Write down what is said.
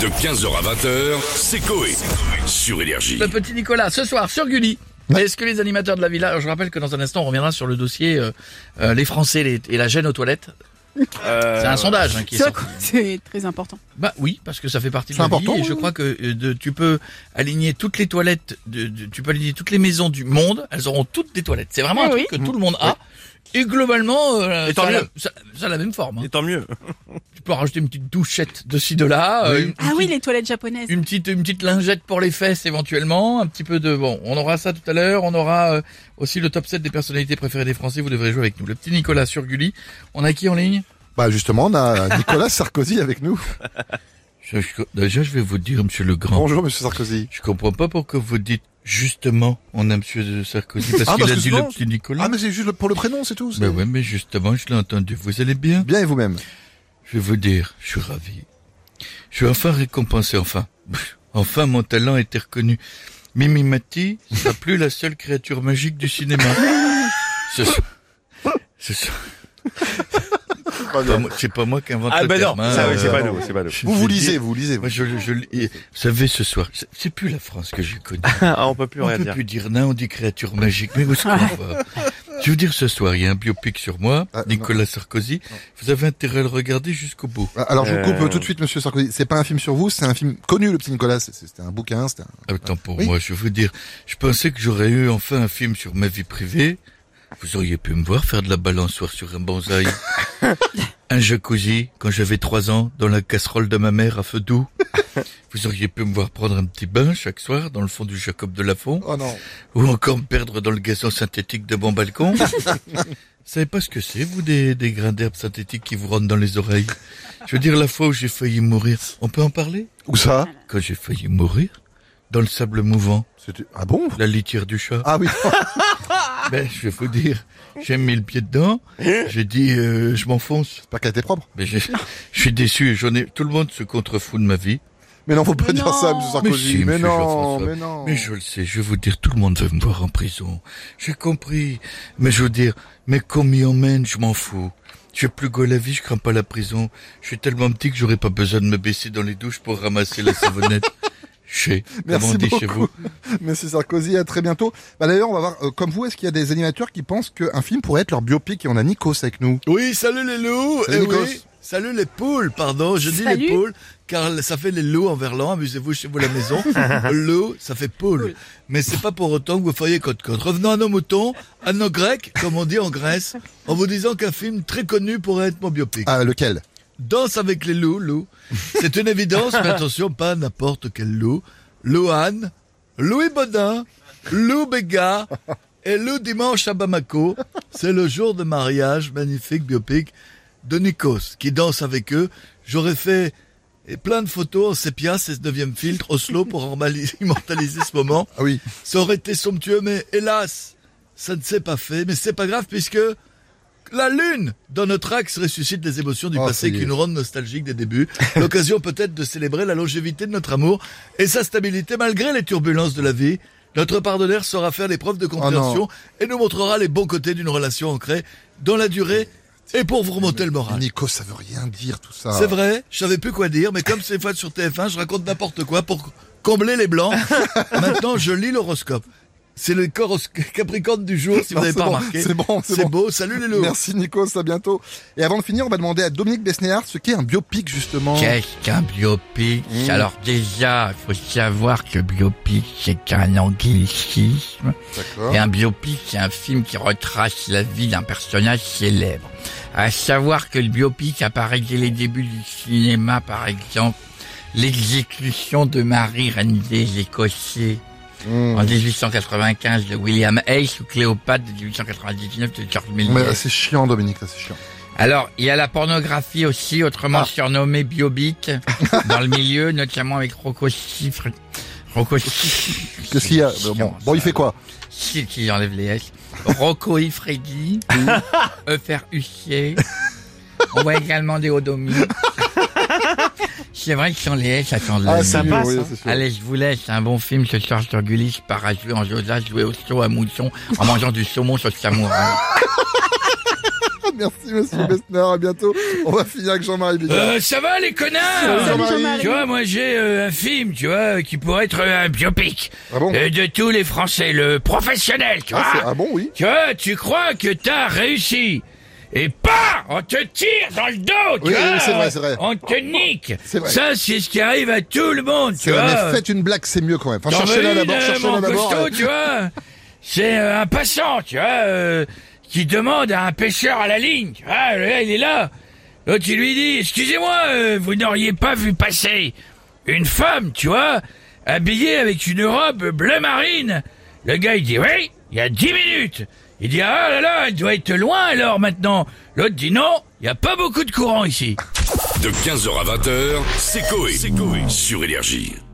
De 15h à 20h, c'est Coé. Sur Énergie. Le petit Nicolas, ce soir sur Gulli. Est-ce que les animateurs de la villa, alors je rappelle que dans un instant on reviendra sur le dossier euh, euh, les Français les- et la gêne aux toilettes. c'est un sondage hein, qui est Ça, sorti. C'est très important. Bah oui, parce que ça fait partie de C'est la important, vie. Et je oui. crois que euh, de- tu peux aligner toutes les toilettes, de, de- tu peux aligner toutes les maisons du monde. Elles auront toutes des toilettes. C'est vraiment Eh un oui. truc que tout le monde a. Et globalement, euh, ça, Et tant a la, mieux. ça- ça a la même forme. hein. Et tant mieux. Tu peux rajouter une petite douchette de ci de là. euh, une- Ah oui, les toilettes japonaises. une petite une petite lingette pour les fesses éventuellement, un petit peu de bon, on aura ça tout à l'heure, on aura euh, aussi le top 7 des personnalités préférées des Français, vous devrez jouer avec nous. Le petit Nicolas sur Gulli, on a qui en ligne Bah justement, on a Nicolas Sarkozy avec nous. je, je- Déjà je vais vous dire monsieur le grand, Bonjour Monsieur Sarkozy. je comprends pas pourquoi vous dites justement on a monsieur de Sarkozy parce Ah, qu'il parce a que dit souvent, le petit Nicolas. Ah mais c'est juste le- pour le prénom, c'est tout. c'est- Ben ouais, mais justement, je l'ai entendu. Vous allez bien Bien et vous-même. Je vais vous dire, je suis ravi. Je suis enfin récompensé, enfin. Enfin, mon talent a été reconnu. Mimi Mati sera plus la seule créature magique du cinéma. Ce soir. Ce soir. Pas Pas bien. moi- C'est pas moi qui invente Ah le ben non, terme, hein, ça oui, c'est euh, pas nous, c'est pas nous. je- Vous je vous le dis- lisez, vous lisez. vous. Moi, je, le- je, le- vous savez, ce soir, c'est- c'est plus la France que j'ai connue. Ah, on peut plus On rien peut dire. plus dire nain, on dit créature magique, mais où est-ce qu'on va Je vais vous dire ce soir, il y a un biopic sur moi, Ah, non. Nicolas Sarkozy. Vous avez intérêt à le regarder jusqu'au bout. Ah, Alors je vous coupe Euh. tout de suite Monsieur Sarkozy. C'est pas un film sur vous, c'est un film connu, le petit Nicolas. C'est- C'était un bouquin. C'était. un- Autant pour Oui. moi, je veux dire, je pensais que j'aurais eu enfin un film sur ma vie privée. Vous auriez pu me voir faire de la balançoire sur un bonsaï. un jacuzzi, quand j'avais trois ans, dans la casserole de ma mère à feu doux. Vous auriez pu me voir prendre un petit bain chaque soir dans le fond du Jacob de Lafont. Oh non. Ou encore me perdre dans le gazon synthétique de mon balcon. vous savez pas ce que c'est, vous, des, des grains d'herbe synthétiques qui vous rentrent dans les oreilles Je veux dire, la fois où j'ai failli mourir, on peut en parler Où ça Quand j'ai failli mourir Dans le sable mouvant. C'était. Ah bon La litière du chat. Ah oui. Ah. Ben, je vais vous dire, j'ai mis le pied dedans. J'ai dit, euh, je m'enfonce. J'espère qu'elle était propre. Mais je, je suis déçu. J'en ai. Tout le monde se contrefout de ma vie. Mais non, faut pas Mais dire non. ça, Monsieur Mais Sarkozy. si, monsieur non, Jean-François. mais non. Mais je le sais. Je vais vous dire, tout le monde veut me voir en prison. J'ai compris. Mais je veux dire, mais qu'on m'y emmène, je m'en fous. J'ai plus go la vie, je crains pas la prison. Je suis tellement petit que j'aurais pas besoin de me baisser dans les douches pour ramasser la savonnette. Chez, comme on Merci dit chez beaucoup, vous. Monsieur Sarkozy. À très bientôt. Bah d'ailleurs, on va voir. euh, comme vous, est-ce qu'il y a des animateurs qui pensent qu'un film pourrait être leur biopic Et on a Nikos avec nous. Oui, salut les loups. Salut, Eh Nikos. oui. Salut les poules, pardon, je dis Salut. les poules, car ça fait les loups en verlan, amusez-vous chez vous à la maison. Loup, ça fait poule. Mais c'est pas pour autant que vous feriez côte côte. Revenons à nos moutons, à nos grecs, comme on dit en Grèce, en vous disant qu'un film très connu pourrait être mon biopic. Ah lequel Danse avec les loups, loup. C'est une évidence, mais attention, pas n'importe quel loup. Louane, Louis Baudin, Lou Béga et Lou Dimanche à Bamako. C'est le jour de mariage, magnifique biopic, de Nikos qui danse avec eux. J'aurais fait eh, plein de photos en sépia, 16-9e filtre, Oslo pour immortali- immortaliser ce moment. Ah oui. Ça aurait été somptueux, mais hélas, ça ne s'est pas fait. Mais c'est pas grave puisque la lune dans notre axe ressuscite les émotions du Oh, ça passé y est. qui nous rendent nostalgiques des débuts. L'occasion peut-être de célébrer la longévité de notre amour et sa stabilité malgré les turbulences de la vie. Notre partenaire saura faire les Oh, preuves de compréhension et nous montrera les bons côtés d'une relation ancrée dans la durée et pour vous remonter le Ah, moral. Nikos, ça veut rien dire tout ça. C'est vrai, je savais plus quoi dire, mais comme c'est fois sur TF1, je raconte n'importe quoi pour combler les blancs. Maintenant, je lis l'horoscope. C'est le coros- Capricorne du jour, si Non, vous n'avez c'est pas bon, remarqué. c'est bon, c'est C'est bon. beau, salut les loups. Merci Nikos, à bientôt. Et avant de finir, on va demander à Dominique Besnéard ce qu'est un biopic justement. Qu'est-ce qu'un biopic Mmh. Alors déjà, il faut savoir que biopic, c'est qu'un anglicisme. D'accord. Et un biopic, c'est un film qui retrace la vie d'un personnage célèbre. À savoir que le biopic apparaît dès les débuts du cinéma, par exemple, l'exécution de Marie, reine des Écossais, Mmh. Ah, en 1895 de William Hayes ou Cléopâtre de 1899 de George Mais Méliès. là, c'est chiant Dominique, là c'est chiant. Alors, il y a la pornographie aussi, Ah. autrement surnommée biobic, dans le milieu, notamment avec Rocco Chiffre. Rocco Chiffre. Qu'est-ce qu'il y a Euh, Bon, bon, il fait quoi Si, qui enlève les S. Rocco E Ifredi, Eufer Hussier. On voit également des Odomi. C'est vrai que sans les S, ça sent le Ah, c'est nul. mieux, passe, oui, hein. c'est sûr. Allez, je vous laisse. Un bon film ce soir sur Gulli, à jouer en Josa, jouer au saut à Mousson, en mangeant du saumon sur le samouraï. Merci, monsieur Bessner. À bientôt. On va finir avec Jean-Marie Bigard. Euh, ça va les connards Salut, Jean-Marie. Jean-Marie. Tu vois, moi j'ai euh, un film, tu vois, qui pourrait être euh, un biopic Ah bon euh, de tous les Français, le professionnel, tu vois. Ah, c'est- ah bon, oui. Tu vois, tu crois que t'as réussi. Et pas On te tire dans le dos, tu Oui, vois oui, c'est vrai, c'est vrai. On te nique C'est vrai. Ça, c'est ce qui arrive à tout le monde, tu C'est vois vrai, mais Eh ben, faites une blague, c'est mieux quand même. Enfin, T'en cherchez-la veux une, d'abord, euh, cherchez-la mon d'abord. costaud, euh. tu vois C'est euh, un passant, tu vois, euh, qui demande à un pêcheur à la ligne. tu vois, le gars, il est là. L'autre, il lui dit, excusez-moi, euh, vous n'auriez pas vu passer une femme, tu vois, habillée avec une robe bleu marine. Le gars, il dit, oui, il y a 10 minutes. Il dit, ah là là, elle doit être loin alors maintenant. L'autre dit, non, il n'y a pas beaucoup de courant ici. De 15h à 20h, c'est Coé. Sur Énergie.